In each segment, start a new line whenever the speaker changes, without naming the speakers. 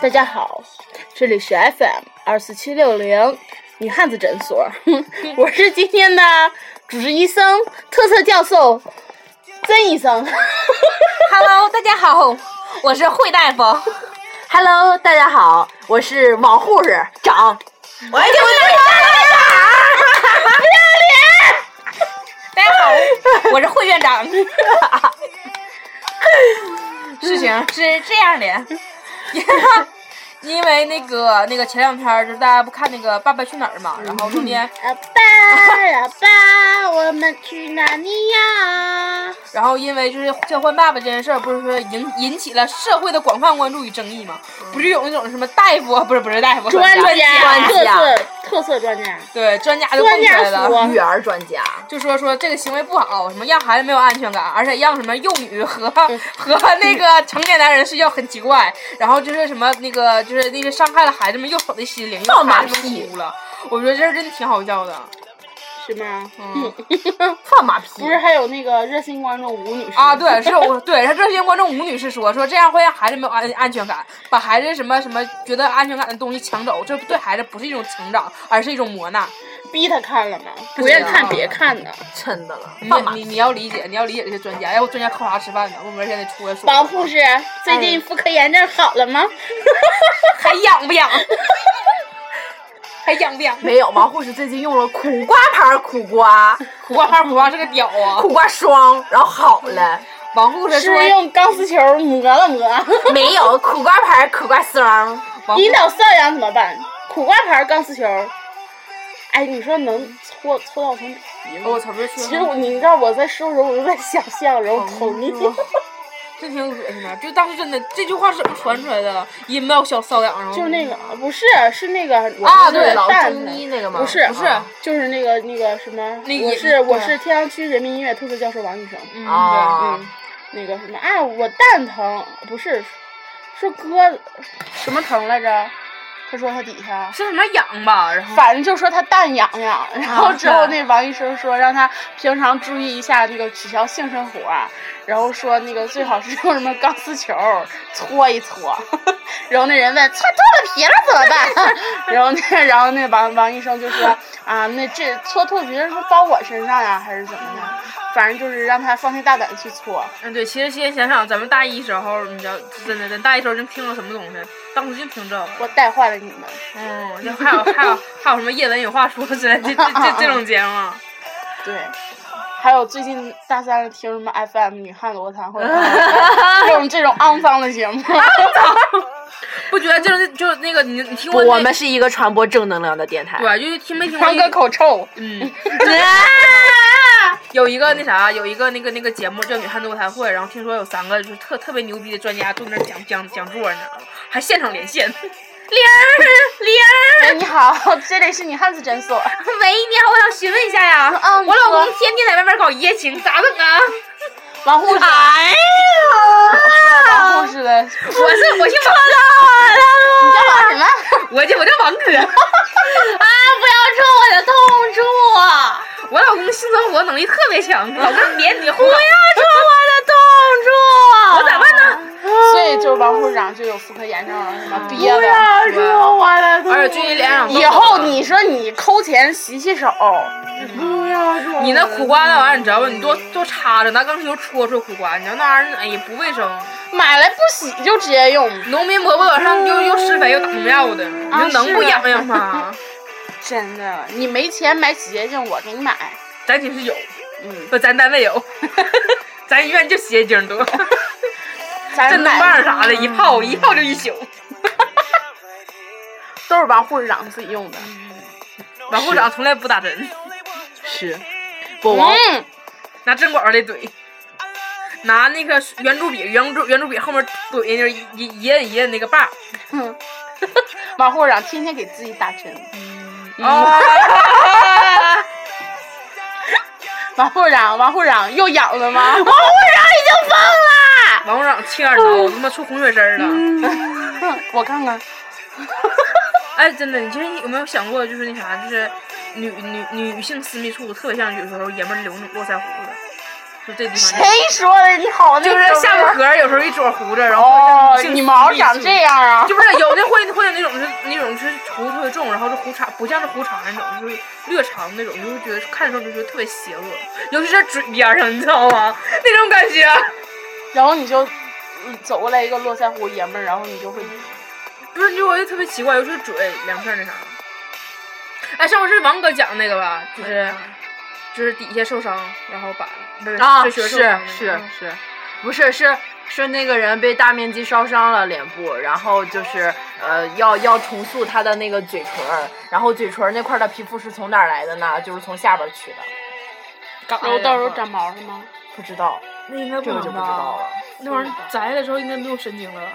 大家好，这里是 FM 二四七六零女汉子诊所， 我是今天的主治医生、特色教授曾医生。
Hello，大家好，我是惠大夫。
Hello，大家好，我是王护士长。
我爱听不要脸！大家好，我是惠 院长。事情是这样的， 因为那个那个前两天儿就是大家不看那个《爸爸去哪儿》
嗯
嘛，然后中间，
老爸， 老爸，我们去哪里呀？
然后因为就是叫唤爸爸这件事儿，不是说引引起了社会的广泛关注与争议嘛？不是有那种什么大夫，不是不是大夫，
嗯专
家
家，特
家
色特色专家，
对专家就蹦出来
专家
了
说。
育儿专家，
就说说这个行为不好，什么让孩子没有安全感，而且让什么幼女 和和那个成年男人睡觉很奇怪，然后就是什么那个就是那些伤害了孩子们幼小的心灵，
放
让孩
马
子
屁
们哭了。我觉得这真的挺好笑的。
是吗？
嗯
放马屁，
不是还有那个热心观众吴女士
啊，对，是我对他这些观众吴女士说说这样会让孩子没有安安全感，把孩子什么什么觉得安全感的东西抢走，这对孩子不是一种成长，而是一种磨难。
逼他看了吗？
不
不愿
知道
看别看呢。
真的了，
你
放马
你
屁。
你要理解，你要理解这些专家，要不专家靠啥吃饭呢？我们现在出来说，
王护士，最近妇科炎症好了吗？
还痒不痒？ 还痒不痒？
没有，王护士最近用了苦瓜牌苦瓜，
苦瓜花苦瓜是个屌啊！
苦瓜霜，然后好了。
王护士
是
说
不是，用钢丝球磨了磨？
没有苦瓜牌苦瓜霜，
王 护
引导瘙痒怎么办？苦瓜牌钢丝球。哎，你说能搓搓到层皮
哦我
吗？
操，不是说
其实我，你知道我在说的时候，我就在想象，然后头晕。
这挺恶心的。就当时真的这句话是怎么传出来的？阴庙小瘙痒，然后
就是那个，不是，是那个我
啊，
不是
对，老
蛋
中
疼
医那个吗？
不是
不是
就是那个那个什么，
那
我
也
是我
对
是天阳区人民医院特色教授王医生，
嗯，对，
啊
嗯，，那个什么啊，我蛋疼，不是，是哥什么疼来着？他说他底下，
是什么痒吧？然后
反正就说他蛋痒痒，然后之后
对
那王医生说让他平常注意一下那个取消性生活啊，然后说那个最好是用什么钢丝球搓一搓，然后那人问搓秃噜皮了怎么办？ 然后那然后那王王医生就说啊，那这搓秃噜皮是不是包我身上呀、还是怎么样？反正就是让他放心大胆地去搓。
嗯，对，其实现在想想，咱们大一时候，你知道，真的，咱大一时候真听了什么东西，当时就听这个，
我带坏了你们，
嗯，就还有还有还有什么叶文有话说之类的，这这这这种节目啊，
对。还有最近大三了听什么 FM 女汉子卧谈会，这种这种肮脏的节目。
不觉得就是就是那个你你听过那
我们是一个传播正能量的电台。啊
对，就是听没听过
堂
一
哥口臭，
嗯，有一个那啥，有一个那个那个节目叫《女汉子卧谈会》，然后听说有三个就是特特别牛逼的专家坐那儿讲讲讲座呢，还现场连线。玲儿，玲
哎，你好，这里是女汉子诊所。
儿，喂，你好，我想询问一下呀，
啊你
我老公
说
天天在外面搞一夜情，咋整啊？
王护士，
哎呀，
王护士的，你
我是我姓王，
叫王什么？
我叫我叫王哥，
啊，不要戳我的痛处！
我老公性生活能力特别强，老公别你不
戳我
我咋办呢？
所以就是王护士长就有妇科炎症了，什么憋的。
戳
我的痛
而且最近脸上都
以后你说你抠钱洗洗手，
不要戳
你那苦瓜那玩意儿，你知道吧？你多多插着，拿钢丝球戳戳苦瓜，你知道那玩意儿，哎呀，不卫生。
买来不洗就直接用，
农民伯伯往上又又施肥又打农药的，你
啊
这能不
是啊
痒痒吗？
真的。你没钱买洗洁精，我给你买。
咱寝室有，
嗯，
不，咱单位有， 咱医院就洗洁精多，
咱
震动
买
棒儿啥的，一泡一泡就一宿。
都是王护士长自己用的。
王部长从来不打针，
是，不王
嗯，
拿针管儿里怼，拿那个圆珠笔，圆珠圆珠笔后面怼那一一一摁一摁那个把儿。
王护士长天天给自己打针。
哦啊
王护士长，王护士长又痒了吗？
王部长切耳挠，他妈出红血丝儿了。
我看看。
哎，真的，你其实有没有想过，就是那啥，就是女女女性私密处特别像有时候爷们儿留那种络腮胡子，就这地方
谁说的？你好，
就是下巴颏儿有时候一撮胡子，然后
哦，
性
你毛长这样啊？
就不是有的会会有那种是那种是头特别重，然后是胡茬不像是胡茬那种，就是略长那种，就会觉得看着就觉得特别邪恶，尤其是嘴边上，你知道吗？那种感觉，啊
然后你就嗯走过来一个络腮胡爷们儿，然后你就会
不是你就会特别奇怪，尤其是嘴两片儿那啥。哎，上回是王哥讲那个吧，就是
嗯
就是底下受伤，然后把不是
啊，
这
是
学受伤那个嗯
是
嗯
是，不是是是那个人被大面积烧伤了脸部，然后就是呃要要重塑他的那个嘴唇儿，然后嘴唇儿那块儿的皮肤是从哪儿来的呢？就是从下边儿取的，
嘎
然后到时候长毛了吗？
不知道
那应该
这
不
个
能
就不知道
吧？
了。
那玩意儿摘了之后应该没有神经了吧？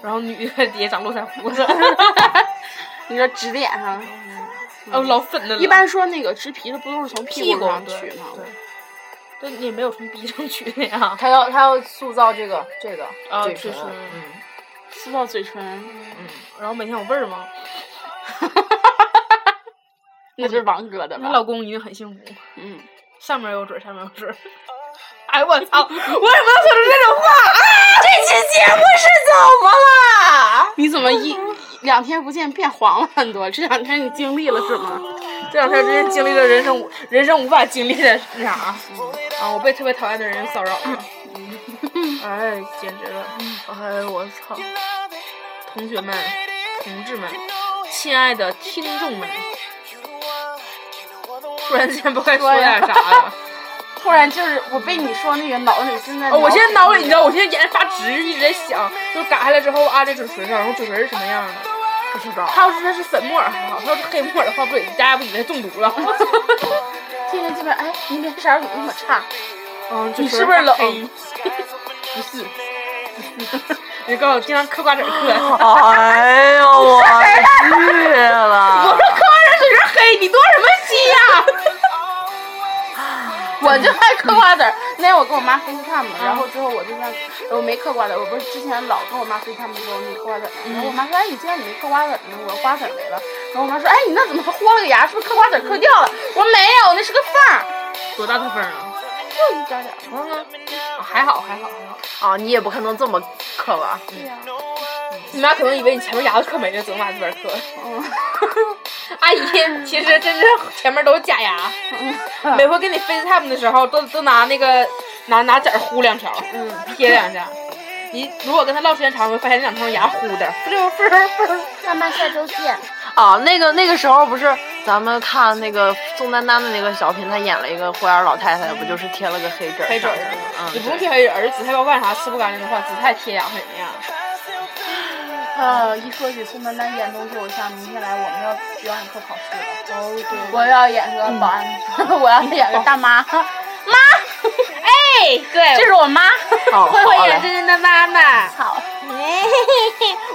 然后女的底下长络腮 胡子，
你说指脸上，
哦，老粉的了。
一般说那个植皮的不都是从
屁
屁
股
股上
对
取吗？
对，但也没有从鼻上取的呀。
他要他要塑造这个这个
啊
嘴
嘴
唇，
唇
嗯
撕到嘴唇，
嗯，
然后每天有味儿吗？
那是王哥的
你
吧？
老公一定很幸福，
嗯，
上面有嘴，下面有嘴。哎我操！我怎么能说出这种话？
这期节目是怎么了？
你怎么一两天不见变黄了很多？这两天你经历了什么？
这两天真是经历了人生无人生无法经历的那啥啊！我被特别讨厌的人骚扰 了，哎，简直了！哎，我操！同学们、同志们、亲爱的听众们，突然间不该说点啥了。
突然就是我被你说那个脑里现在
哦，我现在脑里，你知
道
道，我现在眼睛发
哦
直，一直在想，就是嘎下来之后啊按在嘴唇上，然后嘴唇是什么样的？
不知道。
他要是它是粉末儿还好，他要是黑沫儿的话，不得大家不以为中毒了？
哦
天天这边哎，你脸色儿怎么那么差？
嗯，
你
你
是
是
不
不
是
是
冷
冷？不是，你告诉我，经常嗑瓜子儿 嗑。
哎呦，我 啊去
我
了！
说嗑瓜子儿嘴唇黑，你多什么心呀、
我就爱嗑瓜子儿。那天我跟我妈 FaceTime 嘛，然后之后我就算我没嗑瓜子儿，我不是之前老跟我妈 FaceTime 的时候你嗑瓜子儿呢，然后我妈说，哎，你今天你没嗑瓜子儿呢？我说瓜子儿没了。然后我妈说，哎，你那怎么还豁了个牙？是不是嗑瓜子儿嗑掉了？我说没有，那是个缝儿，
多大的风啊？
就一点点儿。
啊还好还好还好，
啊，你也不可能这么刻吧？
对呀、
你妈可能以为你前面牙都嗑没了，总往这边嗑。
嗯
阿姨，其实真是前面都是假牙。
嗯，
每回跟你 FaceTime 的时候，都都拿那个拿拿纸糊两条，
嗯，
贴两下。你如果跟他唠时间长，会发现这两条牙糊的，不溜不溜不溜。
那妈下周见。
啊，那个那个时候不是咱们看那个宋丹丹的那个小品，她演了一个花园老太太，不就是贴了个黑纸儿
黑纸
上
儿
去吗，
你
嗯，
不用贴黑纸儿，紫菜包饭啥吃不干净的话，紫菜贴牙会怎么样？
呃，一说起宋丹丹演东西，我想明天来我们要表演课考试了。哦，对。我要演个保安， 我要演个大妈。妈，
哎，对
这是我妈。
哦，
慧慧
好
眼
嘞，
真真的妈妈，
好。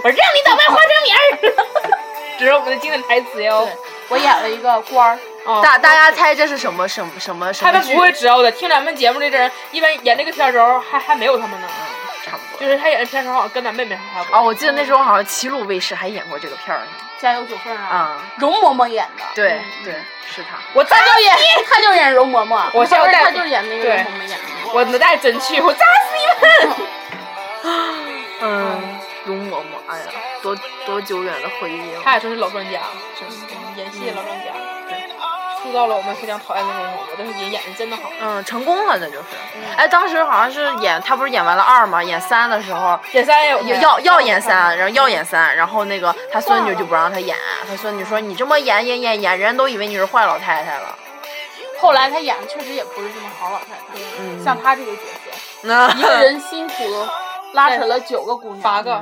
我让你倒卖花生米 儿。这是我们的经典台词哟
对。，我演了一个官儿。
哦
大大家猜这是什么什么什么什
他
么
们
剧？
不会知道的，听咱们节目这人，一般演这个片儿的时候还还没有他们呢。啊
嗯差不多。
就是他演的片儿时候，好像跟咱妹妹还
啊，我记得那时候好像齐鲁卫视还演过这个片儿呢。
家有九份儿啊，
啊，
容嬷嬷演的，
对
嗯
对，是他。
我
她
大
就演，她就演容嬷嬷，
我下
不
回
是
带
她就演那个容
对
嬷嬷演的，
我能带真去，我砸死你们！
嗯，容嬷嬷，哎呀，多多久远的回忆
他
啊！
也真是老专家，真是演戏老专家，对，塑造了我们非常讨厌的那种，我但是也演的真的好。
嗯，成功了，那就是。
嗯
哎，当时好像是演他不是演完了二吗？演三的时候，
演三也有
要要要演三，然后要演三，然后那个他孙女就不让他演，他孙女说你这么演演演演，人都以为你是坏老太太了。
后来她演的确实也不是什么好老太太，
嗯
像她这个角色，
那
一 个人辛苦拉扯了九个姑娘，
八个，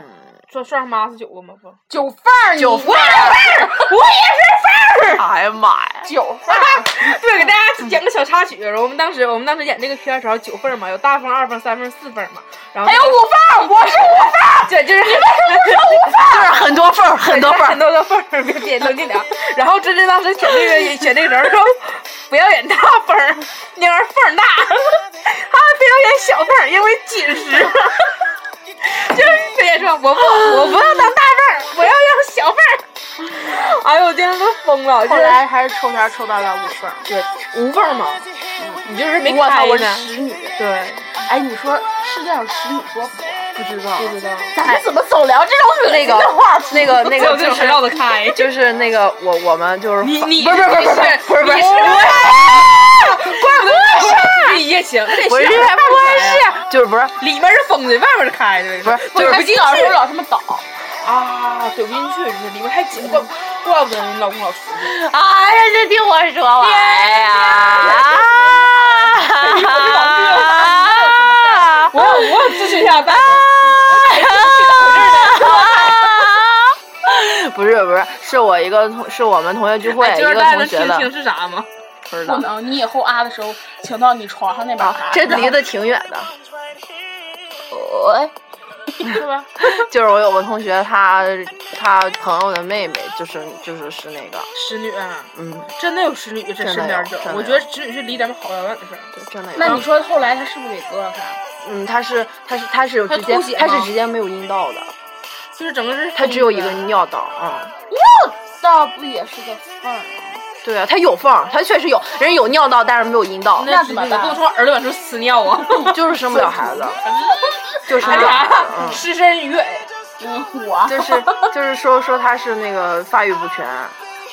算算上妈是九个吗？不，
九份儿，
九
你
份儿， 我也是份儿。哎呀妈呀！
九份儿，
对，给大家讲个小插曲。我们当时我们当时演这个片儿的时候，九份儿嘛，有大份儿、二份儿、三份儿、四份儿嘛，然后
还有五份儿，我是五份儿，
对，就是你为什么
就是很多份儿，很多份
很
儿。
多个份儿，别别冷静点儿。 然后真真当时选这个选这个人儿说，不要演大份儿，那玩意儿份儿大，他非要演小份儿，因为紧实。 就是非得说我不我不要当大份儿，我要当小份儿。哎呦，我今天都疯了，就
后
是
来还是抽签抽到了五份儿，
对无缝嘛，你就是没
我操，
开
我是
呢。
使女。
对，
哎，你说是叫使女说婆？
不知
啊
道，不知道。
咱们怎么总聊这种恶
那
心
个
的话题？
那个那
这
个
我就
就是是
绕得开。
就是那个我我们就 是
你
发
你
不是不是不是不是不是不是
你是怪不得你也行，这
不是不是
行
不是就是不是
里面是封的，外面是开的。
不是就是
不
不进
进
老
去
是老这么倒。
啊，怼不进去，这里面还紧，怪怪不得你老公老出去。
哎呀，这听我说完
啊！
我我咨询一下，但
不是不是，是我一个同，是我们同学聚会
哎
一
就是
个
大家能听
同学的，
听是啥吗？
不知
不
道
能，你以后啊的时候，请到你床上那边
啊
爬，，
这离得挺远的。
是吧？
就是我有个同学，他他朋友的妹妹，就是就是是那个，
使女啊，
嗯，
真的有使女在身边
真的有真的
整，
有
我觉得使女是啊离咱们好遥远的事儿。
就真的有。
那你说后来他是不是给割了啥？
嗯，他是他是他是有
他
直接
凸显
他是
吗
直接没有阴道的，
就是整个是啊
他只有一个尿道，嗯。
倒不也是个缝儿啊？
对啊，他有缝儿，他确实有人有尿道，但是没有阴道，
那
那
怎
怎
么
么
办
办？不能从耳朵往出撕尿啊！
就是生不了 孩子，就是生
还
不了孩子，
啥
嗯，
失身于尾，
嗯，我
就是就是说说他是那个发育不全，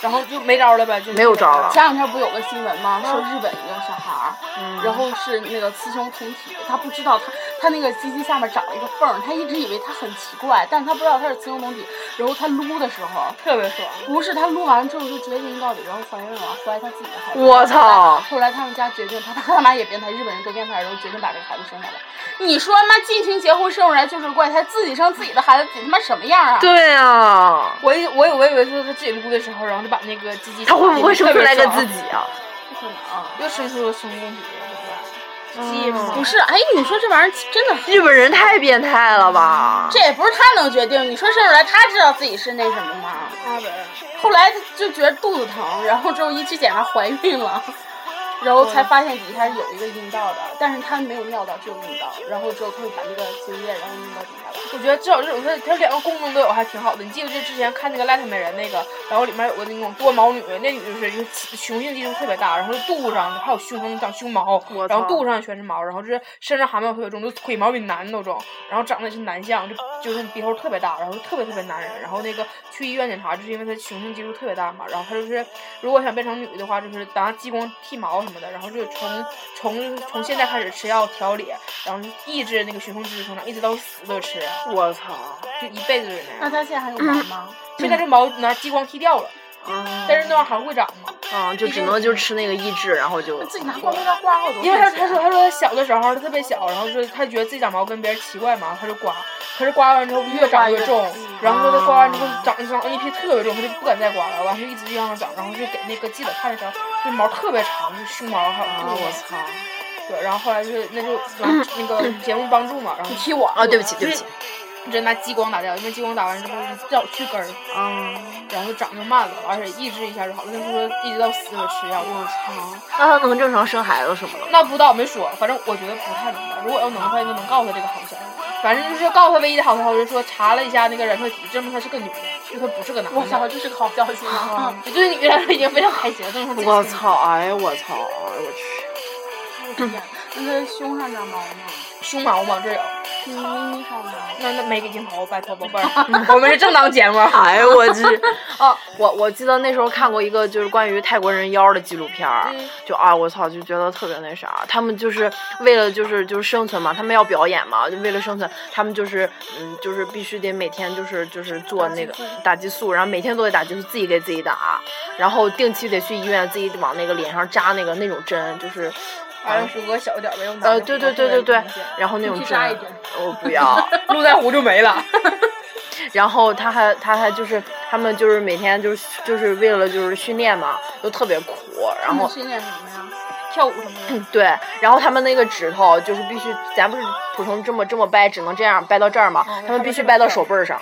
然后就没招了呗，就
没有招了
前两天不有个新闻吗？说日本一个小孩儿，
嗯
然后是那个雌雄同体，他不知道他他那个鸡鸡下面长了一个缝儿，他一直以为他很奇怪，但是他不知道他是雌雄同体。然后他撸的时候，
特别爽。
不是他撸完之后就决定到底，然后怀孕了，怀他自己的孩子。
我操
嗯后来他们家决定，他爸他妈也变态，日本人都变态，然后决定把这个孩子生下来。你说他妈近亲结婚生出来就是怪胎，自己生自己的孩子，得他妈什么样啊？
对啊，
我以我以我以为说他自己撸的时候，然后就把那个鸡鸡
他会不会生出来个自
己
己啊？
不可能。
又生出个孙公主？鸡
嗯
不是，哎，你说这玩意儿真的，
日本人太变态了吧？
这也不是他能决定。你说生出来，他知道自己是那什么吗？
阿北，
后来他就觉得肚子疼，然后之后一去检查怀孕了，然后才发现底下是有一个阴道的，但是他没有尿道，只有阴道。然后之后他就把那个精液，然后弄到底下了。
我觉得至少这种它它两个功能都有，还挺好的。你记不记得之前看那个《赖特美人》那个，然后里面有个那种多毛女，那女就是一个雄性激素特别大，然后肚上还有胸上长胸毛
我，操
然后肚上全是毛，然后这身上汗毛特别重，就腿毛比男的都重，然后长得也是男相，就就是鼻头特别大，然后特别特别男人。然后那个去医院检查，就是因为他雄性激素特别大嘛，然后他就是如果想变成女的话，就是拿激光剃毛什么的，然后就从从从现在开始吃药调理，然后抑制那个雄性激素生长，一直到死都吃。啊
我操，
就一辈子就是那
那
样。
他现在还有毛吗？
现在这毛拿激光剃掉了，
嗯
但是那玩意儿还会长嘛？
嗯，就只能就吃那个益智，然后就
那自己拿刮胡刀刮
嗯
好多。
因为他他说他说他小的时候他特别小，然后说他觉得自己长毛跟别人奇怪嘛，他就刮，可是刮完之后越长越重，然后说
嗯
他刮完之后长长那片特别重，他就不敢再刮了，完就一直就让它长，然后就给那个记者看的时候，就毛特别长，就胸毛还有
啊，
肚
我
子，
操
对，然后后来就是那就
嗯
那个节目帮助嘛，然后
你踢我
啊，对不起对不起，
直接拿激光打掉，因为激光打完之后是叫去根儿，
嗯，
然后长就慢了，而且抑制一下就好了。那时说一直到死我吃药，我操！
那他能正常生孩子什么的吗？
那不知道没说，反正我觉得不太能吧。如果要能的话，应该能告诉他这个好消息。反正就是告诉他唯一的好消息，就是说查了一下那个染色体，证明他是个女的，就他不是个男的。
我操，这是个好消息啊吗？
嗯！就对女的来说已经非常开心了，证明他自己是个
我
女的！
操，哎呦我操，哎呦我去，
那他胸上长毛吗？
胸毛吗？这有？
咪咪上毛。
那那没给镜头，拜托宝贝 儿，我们是正当节目。
哎呦我 去，啊，我我记得那时候看过一个就是关于泰国人妖的纪录片儿，就啊我操就觉得特别那啥，他们就是为了就是就是生存嘛，他们要表演嘛，就为了生存，他们就是嗯就是必须得每天就是就是做那个打激素，然后每天都得打激素，自己给自己打，然后定期得去医院自己往那个脸上扎那个那种针，就是。
反正说个小一点呗，用
呃，对对对对对，然哎后那种
你去
针
扎一针，
我不要。
鹿在湖就没了。
然后他还他还就是他们就是每天就是就是为了就是训练嘛，都特别苦，然
嗯
后。
训练什么呀？
跳舞什么的，
对，然后他们那个指头就是必须，咱不是普通这么这么掰，只能这样掰到这儿嘛，
哦
他们必须掰到手背儿上。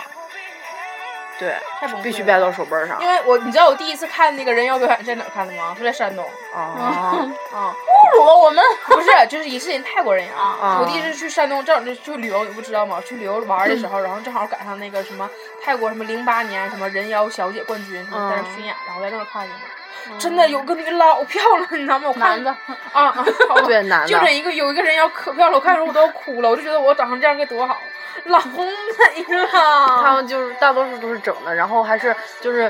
对，
太崩溃了
必须掰到手背儿上
因。为我你知道我第一次看那个人妖表演在哪儿看的吗？是在山东。
啊，
啊、
侮辱了我们！
不是， 就是也是人泰国人啊。
啊
我第一次去山东，正好就去旅游，你不知道吗？去旅游玩的时候，然后正好赶上那个什么泰国什么零八年什么人妖小姐冠军什么在那
嗯
巡演，然后在那儿看见的。真的有个女老漂亮，你知道吗？我看
男的，
啊，
对男的
就这一个有一个人要可漂亮，我看的时候我都要哭了，我就觉得我长成这样该多好，老美
他
了。
们就是大多数都是整的，然后还是就是，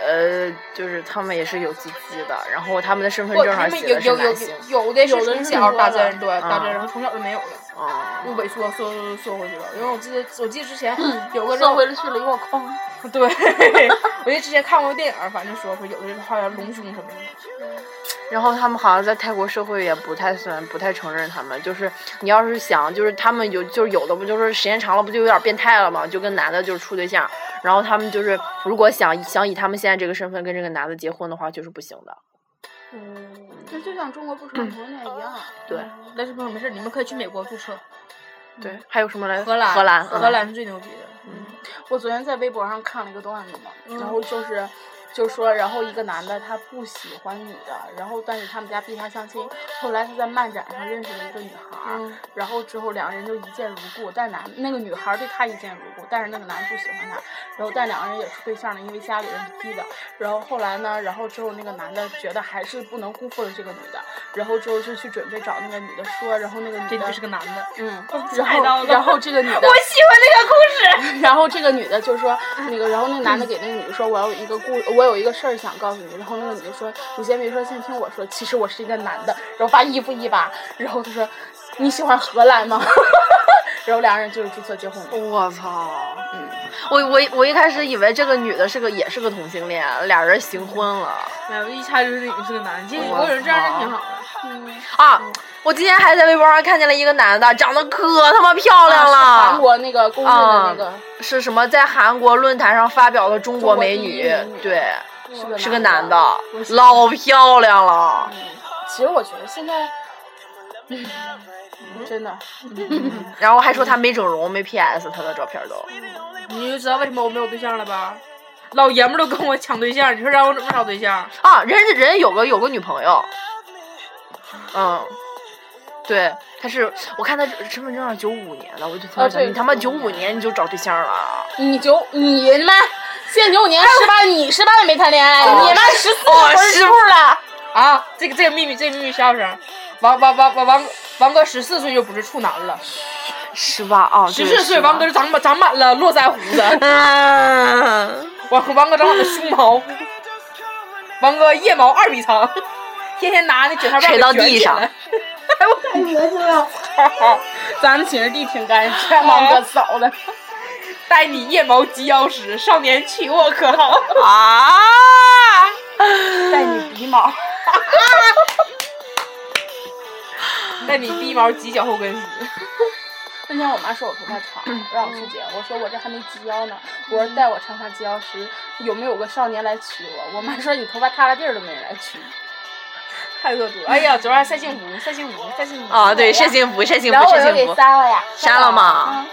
呃，就是他们也是有鸡鸡的，然后他们的身份
不，
证
他
上
们
写
有有有
的是男性。
有的
有
是
的
从
是
小
多
大
的
自然对大自
嗯
然，从小就没有了。
啊，
又萎缩缩缩缩回去了，因为我记得我记得之前有个
送
人，
回了去了一个空。
对，我记得之前看过电影儿，反正说说有的人好像隆胸什么的，
然后他们好像在泰国社会也不太算，不太承认他们。就是你要是想，就是他们有，就是有的不就是时间长了不就有点变态了嘛？就跟男的就是处对象，然后他们就是如果想想以他们现在这个身份跟这个男的结婚的话，就是不行的。
这嗯就像中国不传婆那一样。嗯
对
嗯但是朋友没事儿，你们可以去美国注册，
对，还有什么来？
荷兰
荷兰，
荷
嗯
兰是最牛逼的，
嗯我昨天在微博上看了一个段子嘛，然
嗯
后就是。就说，然后一个男的他不喜欢女的，然后但是他们家逼他相亲，后来他在漫展上认识了一个女
嗯
孩
嗯
儿，然后之后两个人就一见如故，但男那个女孩儿对他一见如故，但是那个男的不喜欢她，然后但两个人也是对象的，因为家里人逼的，然后后来呢，然后之后那个男的觉得还是不能辜负了这个女的，然后之后就去准备找那个女的说，然后那个女
这
的
就是个男的。
嗯
我，猜
然
到
后
了
然后这个女的
我喜欢这个故事，
然后这个女的就说，那个，然后那个男的给那个女的说，我要有一个故，我有一个事儿想告诉你。然后那个女的说，你先别说，先听我说。其实我是一个男的。然后把衣服一扒，然后他说，你喜欢荷兰吗？ 然后两个人就是注册结婚了。
我操！
嗯，
我我我一开始以为这个女的是个也是个同性恋，俩人行婚了
没有一猜就是你们是个男的，其实
我
如果有人这样就挺好的。
啊！我今天还在微博上看见了一个男的，长得可他妈漂亮了，
啊是韩国那个公认的那
啊
个、
是什么在韩国论坛上发表的中国美
中国第
女
一美女，
对，
是
嗯
个
是个男的
的。，
老漂亮了。
其实我觉得现 在，嗯真的，
然后还说她没整容，没 PS，她的照片都。
你就知道为什么我没有对象了吧？老爷们儿都跟我抢对象，你说让我怎么找对象？
啊，人人有个有个女朋友，嗯，对，他是我看他身份证上九五年的，我就他妈
啊
想，
对
你他妈九
95
五年你就找对象了。
你九你妈现九五年十八，你十八也没谈恋爱，你妈十四
哦
婚
是
数了。
啊，这个这个秘密，这个秘密小声。王王王王王王哥十四岁就不是处男了，
十八啊，
十四岁王哥就长满长满了络腮胡子，
嗯，
王王哥长满了胸毛，王哥腋毛二米长，天天拿那卷发棒
垂
给
到
卷
地
起
上
来
太恶心了！咱们寝室地挺干净，全王哥扫的。
待你腋毛及腰时，少年娶我可 好？
啊，
带你鼻毛，
待你逼毛及脚后跟时，
那天我妈说我头发长，让我去剪。我说我这还没及腰呢，我说带我长发及腰时有没有个少年来娶我？我妈说你头发塌了地儿都没人来 娶。
太恶毒了！哎呀，昨儿还晒幸福，晒幸福，晒幸福
啊，对，晒幸福，晒幸
然
福，
后我
晒
就
幸
给
福，
删了呀，
删了吗？
嗯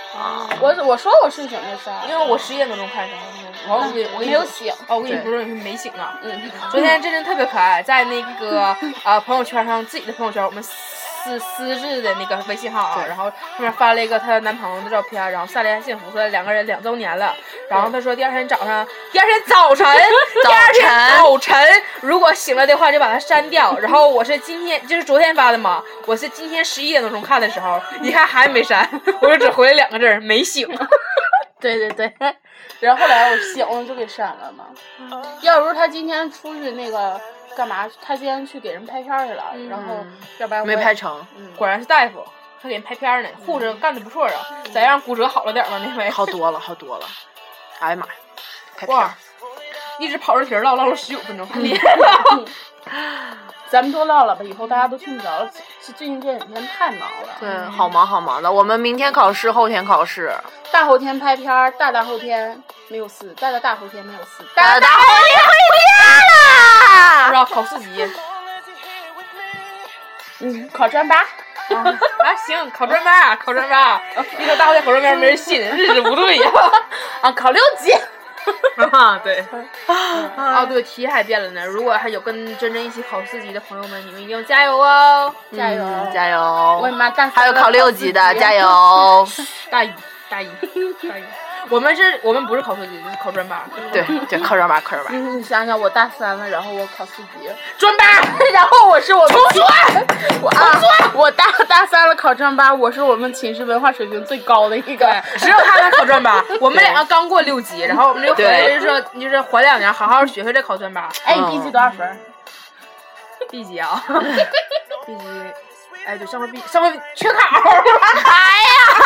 我我说我睡醒就删了，
因为我十一点多钟开始，我我给我
没
给你
有醒。
哦，我跟你不是你没醒啊。
嗯，
昨天真真特别可爱，在那个呃朋友圈上自己的朋友圈，我们私私制的那个微信号啊，然后上面发了一个她男朋友的照片，然后晒了一下幸福，说两个人两周年了。然后她说第二天早上，第二天早 晨，第二天早晨，如果醒了的话就把它删掉。然后我是今天就是昨天发的嘛，我是今天十一点多钟看的时候，一看还没删，我就只回了两个字儿没醒。
对对对， 然后后来我醒了就给删了嘛。
嗯
要不是他今天出去那个干嘛？他今天去给人拍片儿去了，然后要不然我
嗯没
也
拍。成，
果然是大夫，还给人拍片儿呢，护士干的不错啊，咱让骨折好了点儿吧那回。
好多了，好多了。哎呀妈呀，拍片儿
哇，一直跑着题儿唠唠了十九分钟，快点！
咱们多唠唠吧，以后大家都听不着了。最最近这几天太忙了，
对，好忙好忙的。我们明天考试，后天考试，
大后天拍片儿，大大后天没有四，大大大后天没有四，
大大后天回家
不知
啦！
道考四级
嗯考专八。
啊？行，考专八，考专八，一说大会考专八没人信，日子不对呀。
啊，考六级。
啊， 对。哦，对，题还变了呢。如果还有跟真真一起考四级的朋友们，你们一定要加油哦！
加油
嗯加
我
油！
妈大啊
还有考六级的，加！油！
大一，大一，大一。我们是我们不是考数级，就是考专八。
对对，科专八，科专八。
你想想，我大三了，然后我考四级，
专八，
然后我是我们
重说。
我啊，我大大三了考专八，我是我们寝室文化水平最高的一个。
只有他能考专八，我们两个刚过六级，然后我们就回来
对
就说，就是缓两年，好好学会再考专八。
哎，你 B 级多少分？
B 级 啊，B 级，哎，对，上回 B 上回缺考，哎呀，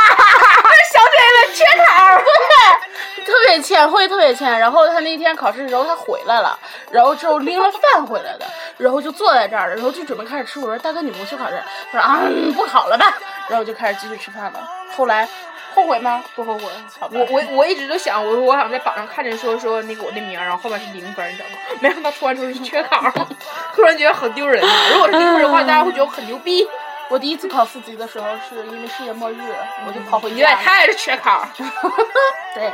想起来了，缺考。
对，特别欠，会特别欠。然后他那天考试的时候，他回来了，然后之后拎了饭回来的，然后就坐在这儿了，然后就准备开始吃。我说：“大哥，你不去考试？”他说：“啊、嗯，不考了吧。”然后就开始继续吃饭了。后来后悔吗？不后悔，好吧。
我我我一直都想，我我想在榜上看见说说那个我的名儿，然后后面是零分，你知道吗？ 没想到突然说是缺考，突然觉得很丢人啊。如果是零分的话，大家会觉得我很牛逼。
我第一次考四级的时候，是因为世界末日，我就跑回
你
家
俩
了。
他也是缺考，
对，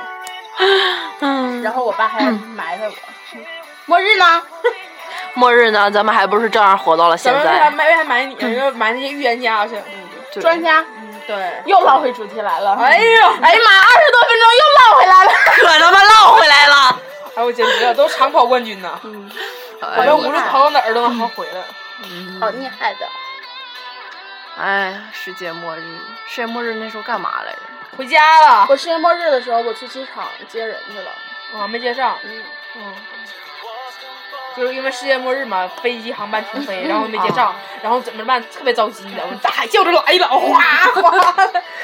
嗯
然后我爸还埋汰我。末日呢？
末日呢，咱们还不是照样活到了现
咱们为啥
在？嗯
埋为啥埋你？因为埋那些预言家去。
对
专家
嗯，对。
又唠回主题来了。
哎呦，
哎呀妈，二十多分钟又唠回来了。
可他妈唠回来了。
哎我简直了，都长跑冠军呐！
嗯
我
哎
这
呦
无论跑到哪儿都能跑回来。
好厉害的。
哎，世界末日，世界末日那时候干嘛来着？
回家了，
我世界末日的时候，我去机场接人去了。
我没接上。
嗯，
嗯，就是因为世界末日嘛，飞机航班停飞，然后没接上，然后怎么办？特别着急，你知道吗？大海啸就来了，哎哗哗。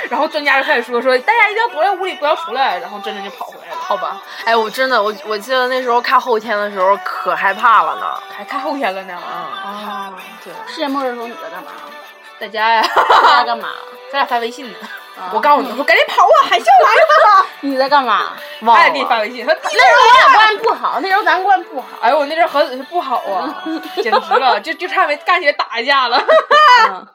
然后专家就开始说说，哎大家一定要躲在屋里，不要出来。然后真真就跑回来了，
好吧，哎，我真的，我我记得那时候看后天的时候可害怕了呢。
还看后天了呢。啊，对，
世界末日的时候你在 干嘛？
在家呀，
你在干嘛？
咱俩发微信呢。
啊
我告诉你，我说赶紧跑啊，海啸来了！
你在干嘛？
忘
他也给你发
了，
微信，他地
那时候我俩关系不好，那时候咱关系不好。
哎呦，我那阵儿和不好啊，简直了，就就差没干起来打一架了。
嗯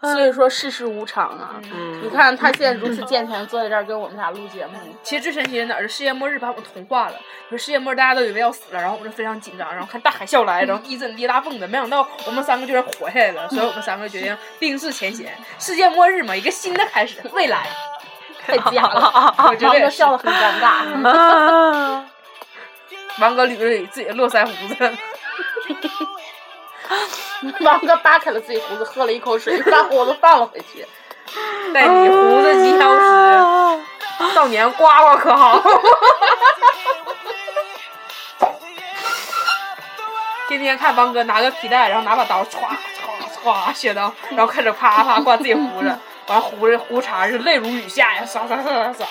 所以说世事无常啊。
嗯
你看他现在如此健全，坐在这儿跟我们俩录节目，
其实最神奇的哪儿是世界末日把我们同化了。说世界末日大家都以为要死了，然后我们就非常紧张，然后看大海啸来，然后地震跌大蹦的，没想到我们三个居然活下来了，所以我们三个决定冰释前嫌。世界末日嘛，一个新的开始，未来。
太假 了。
我觉
王
得
哥
也是
笑得很尴 尬。
啊
王哥捋了捋自己的络腮胡子，
王哥扒开了自己胡子，喝了一口水，把胡子放了回去。
带你胡子及腰时，
啊
少年呱呱可好？天天看王哥拿个皮带，然后拿把刀，歘歘歘削刀，然后开始啪啪挂自己胡子，完胡子胡茬是泪如雨下呀，唰唰唰唰唰。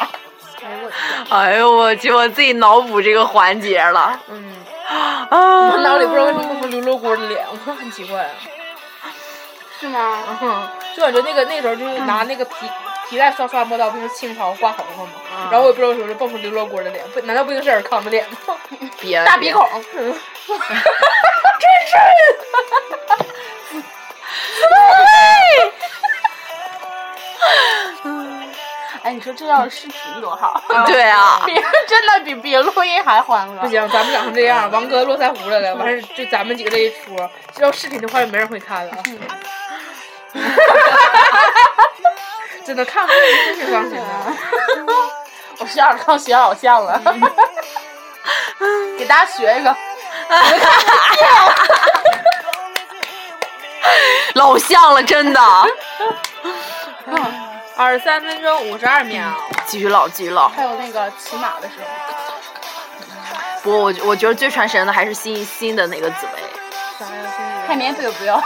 哎我天，
哎呦我去，我自己脑补这个环节了。
嗯，
啊
我脑里不知道为什么不流罗锅的脸，我很奇怪啊。
是吗？
嗯，就感觉那个那时候就是拿那个皮皮带刷刷磨刀，不是清朝刮头发吗？然后我也不知道为什么就蹦出刘罗锅的脸，不难道不应该是尔康的脸吗？
别
大鼻孔， 哎，你说这要是视频多 好，
对啊，
比真的比比录音还欢乐。
不行，咱们长成这样，王哥络腮胡子了，完事儿就咱们几个这一出，这要视频的话就没人会看了。啊 真的看不真是啊伤心的。
我学尔康学老像了，给大家学一个。
老像了，真的。
二十三分钟五十二秒，
继续唠，继续唠。
还有那个骑马的时候，
不过我我觉得最传神的还是新新的那个紫薇。
嗯啥呀？
海绵不不要，
啊，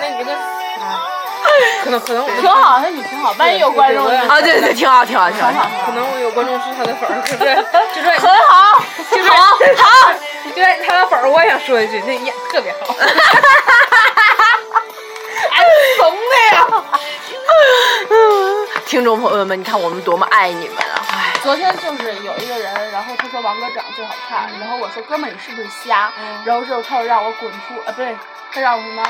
那你这个啊，可能可能我们
挺好，那你挺好。万一有观众
对对
呢，
啊，对对，挺好，挺好，挺好。
可能我有观众是他的粉儿，可是 就是
很好，好，好。
就是他的粉儿，我也想说一句，那演特别好。
哎怂的呀。
听众朋友们，你看我们多么爱你们啊！哎，
昨天就是有一个人，然后他说王哥长得最好看，然后我说哥们儿你是不是瞎？然后之后他又让我滚出，啊不对，他让我什么？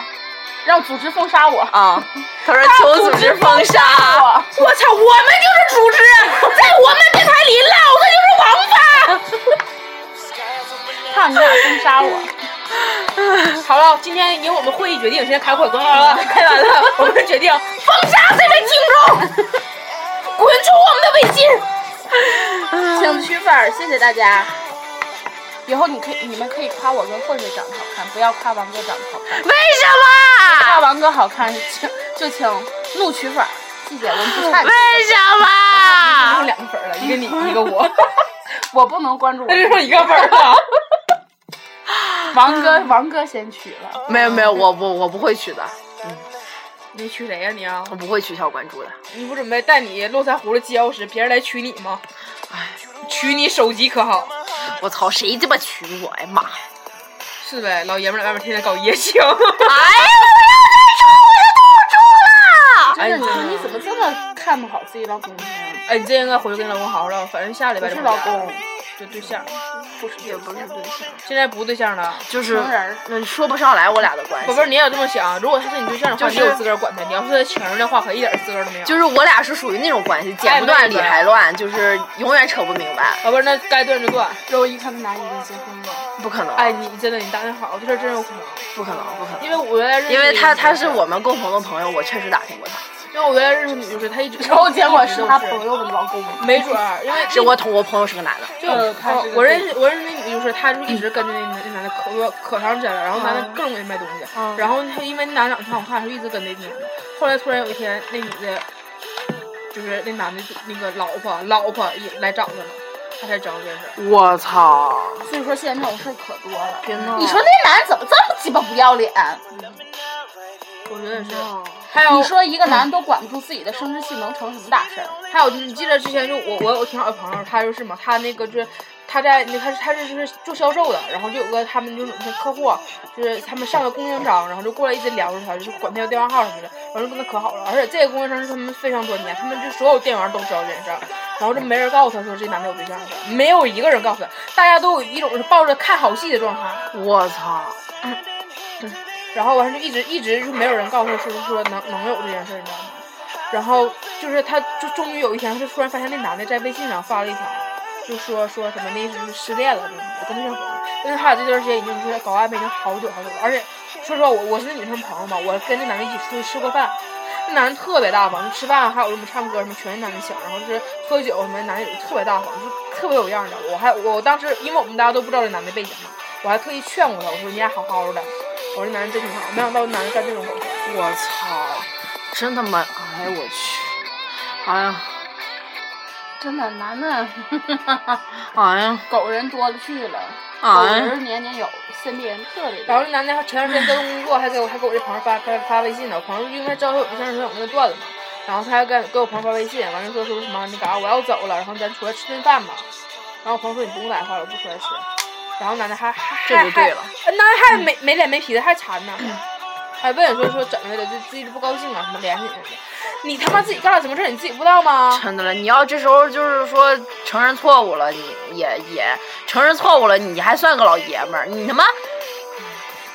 让组织封杀我。
啊，他说求组织封杀，
我
我操，我们就是组织，在我们电台里唠，他就是王
看你俩封杀我，
八。 好了，今天由我们会议决定，现在开会，关 了，开完了，我们决定封杀这位听众，滚出我们的微费劲。
请取粉儿，谢谢大家。以后你可以，你们可以夸我跟慧慧长得好看，不要夸王哥长得好看。
为什
夸王哥好看，请就请怒取粉儿。谢谢，我们不差你。
么？为什
只有
么？
两个粉儿了，一个你，一个 我，
我不能关注我
那就剩一个粉儿了。
王
嗯
哥，王哥先取了。
没有没有，我我我不会取的，
你娶谁呀、你啊？
我不会取消关注的。
你不准备带你络腮胡子接钥匙，别人来娶你吗？哎，娶你手机可好？
我操，谁鸡巴娶我呀妈！
是呗，老爷们儿在外面天天搞夜 情。
哎呀，我要
真的，你说
再出我就冻住了。
你怎么这么看不好自己老公呢？
哎，你这应该回去跟老公好好唠，反正下礼
不
拜就是回家
老公，
就对象，
不是也不是对象，
现在不对象了。
就是
成人儿
嗯说不上来我俩的关
哎宝
系
贝，儿，你也有这么想？如果他是你对象的话，
就是
你有资格管他；你要是他情人的话，可一点资格都没有。
就是我俩是属于那种关系，剪
暧昧
不断
的
理还乱，就是永远扯不明白，
宝贝儿，那该断就断。
周一看他俩已经结婚了，
不可能，
哎，你真的，你打听好，这事儿真有可能。
不可能，不可能。
因为我原来认识，
因为他他是，我们共同的朋友，我确实打听过他，
因为我原来认识女就是他一 直，
然后结果是他
一直都
朋友的老公。
没准儿，因为
是我同我朋友是个男的，
就
呃他
哦
是个
我
对
认识我认识那女就是，她就一直跟着那男那男的可多可长时间了，然后男的各种给她卖东西，
嗯
然后她因为那男的长得挺好看，就一直跟那女的。后来突然有一天，那女的，就是那男的就那个老婆老婆也来找她了，她才知道这件事儿。
我操！
所以说现在这种事儿可多了。
别闹
你说那男人怎么这么鸡巴不要脸？
我觉得也是。还有
哦你说一个男人都管不住自己的生殖器，能成什么大事儿？
还有就是，你记得之前就我我有挺好的朋友，他就是嘛，他那个就是他在那他是他是就是做销售的，然后就有个他们就是客户，就是他们上个供应商，然后就过来一直聊着他，就是管他要电话号什么的，然后就跟他可好了，而且这个供应商是他们非常多年，他们就所有店员都知道这件事儿，然后就没人告诉他说这男的有对象的事儿，没有一个人告诉他，大家都有一种是抱着看好戏的状态，
我操！
然后完事就一直一直就没有人告诉他说说能能有这件事儿，你知道吗？然后就是他就终于有一天，他就突然发现那男的在微信上发了一条，就说说什么那意思就是失恋了，就是我跟对象分了。但是他俩这段时间已经就是搞暧昧已经好久好久了，而且说实话，我我是那女生朋友嘛，我跟那男的一起出去吃过饭。那男的特别大方，就吃饭还有什么唱歌什么，全是男的请，然后就是喝酒什么，男的也特别大方，就特别有样儿的。我还我当时因为我们大家都不知道这男的背景嘛，我还特意劝过他，我说你俩好好的，我说这男人真挺好，没想到男的干这种狗事儿。
我操！真他妈！哎我去！哎呀！
真的，男的
哎呀！
狗人多了去了，狗
哎呀！
人年年有，身边人特别
然
多。
后那男的还前段时间刚工作，还给我还给我这朋友发发发微信呢。我朋友因为知道他有对象的时候，我跟他断了嘛。然后他还跟给我朋友发微信，完了说说什么那嘎、我要走了，然后咱出来吃顿饭吧。然后我朋友说你不用打电话了，我不出来吃。然后男的还还
这就
还
对了
还男的还没没脸没皮的还馋呢，还问说说怎么的，就自己不高兴啊，什么联系你什么的。你他妈自己干了什么事儿你自己不知道吗？
真的了，你要这时候就是说承认错误了，你也也承认错误了，你还算个老爷们儿，你他妈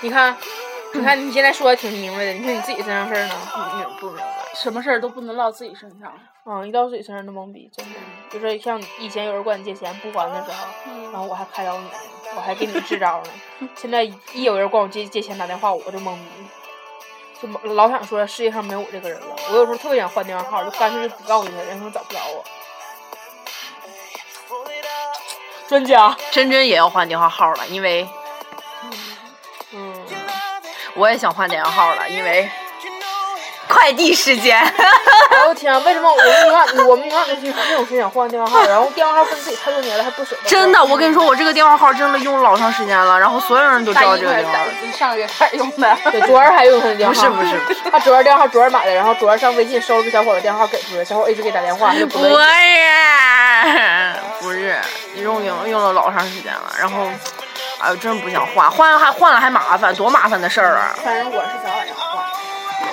你看，你看你现在说的挺明白的，你看你自己身上事儿呢。
你明不明白？
什么事儿都不能落自己身上。
嗯，一到自己身上就懵逼，真的。就是像以前有人管你借钱不还的时候，
嗯
然后我还开导你，我还给你支招呢。现在一有人管我借借钱打电话，我就懵逼，就懵老想说世界上没有我这个人了。我有时候特别想换电话号，就干脆就不告诉他，让他找不着我。专家，
真真也要换电话号了，因为
嗯，
我也想换电话号了，因为快递时 间。
哎呦我天啊，为什么我们俩我们俩就是那种事想换电话号，然后电话号跟自己太多年了还不舍得？
真的，我跟你说，我这个电话号真的用了老长时间了，然后所有人都知
大
道
一
这个
开
电
始
话 号。
打，上个月开始用的。
对，昨儿还用他的电话。
不是不是不是
他昨儿电话昨儿买的，然后昨儿上微信收了个小伙的电话给出来，小伙一直给打电话，他就不乐
不
意。
是，不是，用用用了老长时间了，然后，哎呦，真不想换，换了还换了还麻烦，多麻烦的事儿啊！
反正我是早晚要换，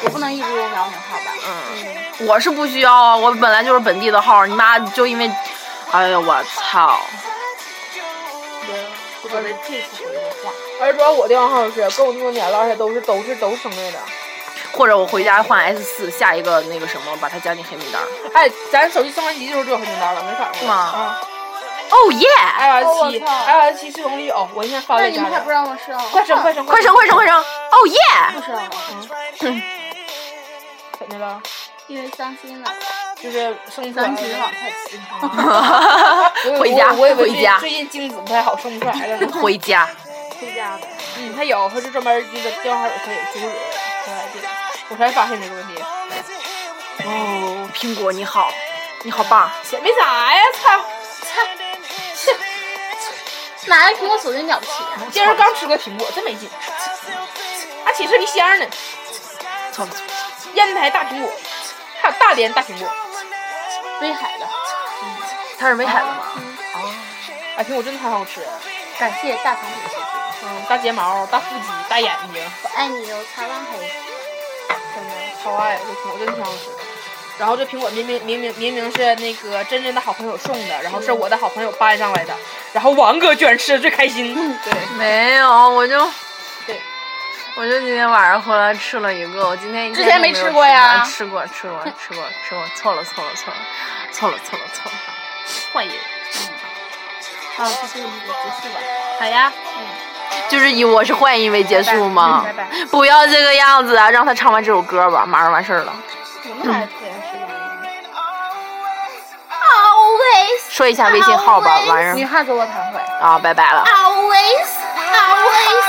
我不能一直用辽宁话吧？
嗯，我是不需要啊，我本来就是本地的号，你妈就因为，哎呀，我操！
我准备这次回去换。
而主要我电话号是跟我这么多年了，而且都是都是都是省略的。
或者我回家换 S 四，下一个那个什么，把它加进黑名单儿。
哎，咱手机升级的时候就有黑名单了，没法儿
是吗
啊
哦耶！
，iOS 七
哦我操
，iOS 七适用率哦，我现在发
那
给
你
家
们还不
了。
让我啊上？
快升快升
快升快升快升！哦耶！
不上了，
怎么的了？
因为伤心了。就是生
咱
存
今晚太激动了。
我以为
回家
我以为
回家
最近精子不太好生不出来了呢。
回家，
回家的，嗯，他有，他是专门那个电话可以阻止传染病，我才发现这个问题。
哦，苹果你好，你好棒，
没啥呀，操！
哪来苹果手机了不起啊？
今儿刚吃个苹果，真没劲，还起视皮箱呢。
错不错？
烟台大苹果，还有大连大苹果，
威海的，
他是威海的吗？
哎，苹果真的太好吃了。
感谢大长腿小姐，
嗯，大睫毛，大腹肌，大眼睛，
我爱你哟，擦亮黑。
真的超爱这苹果，真的挺好吃的。然后这苹果明明明明明明是那个真真的好朋友送的，然后是我的好朋友搬上来的，然后王哥居然吃的最开心。对，
没有，我就
对，
我就今天晚上回来吃了一个，我今天一
之
天
前
都
没
没
吃
有
过呀
完吃过吃 过吃过吃过，错了错了错了，错了错了错了，
欢迎。
好，这是我们的结束吧。
好呀，
就是以我是坏音为结束吗
拜？拜。
不要这个样子啊！让他唱完这首歌吧，马上完事儿了。
我们俩可以吃饭。
Always,
说一下微信号吧，完事
你
儿
还给我弹会。
啊，拜拜了。
always, always.
啊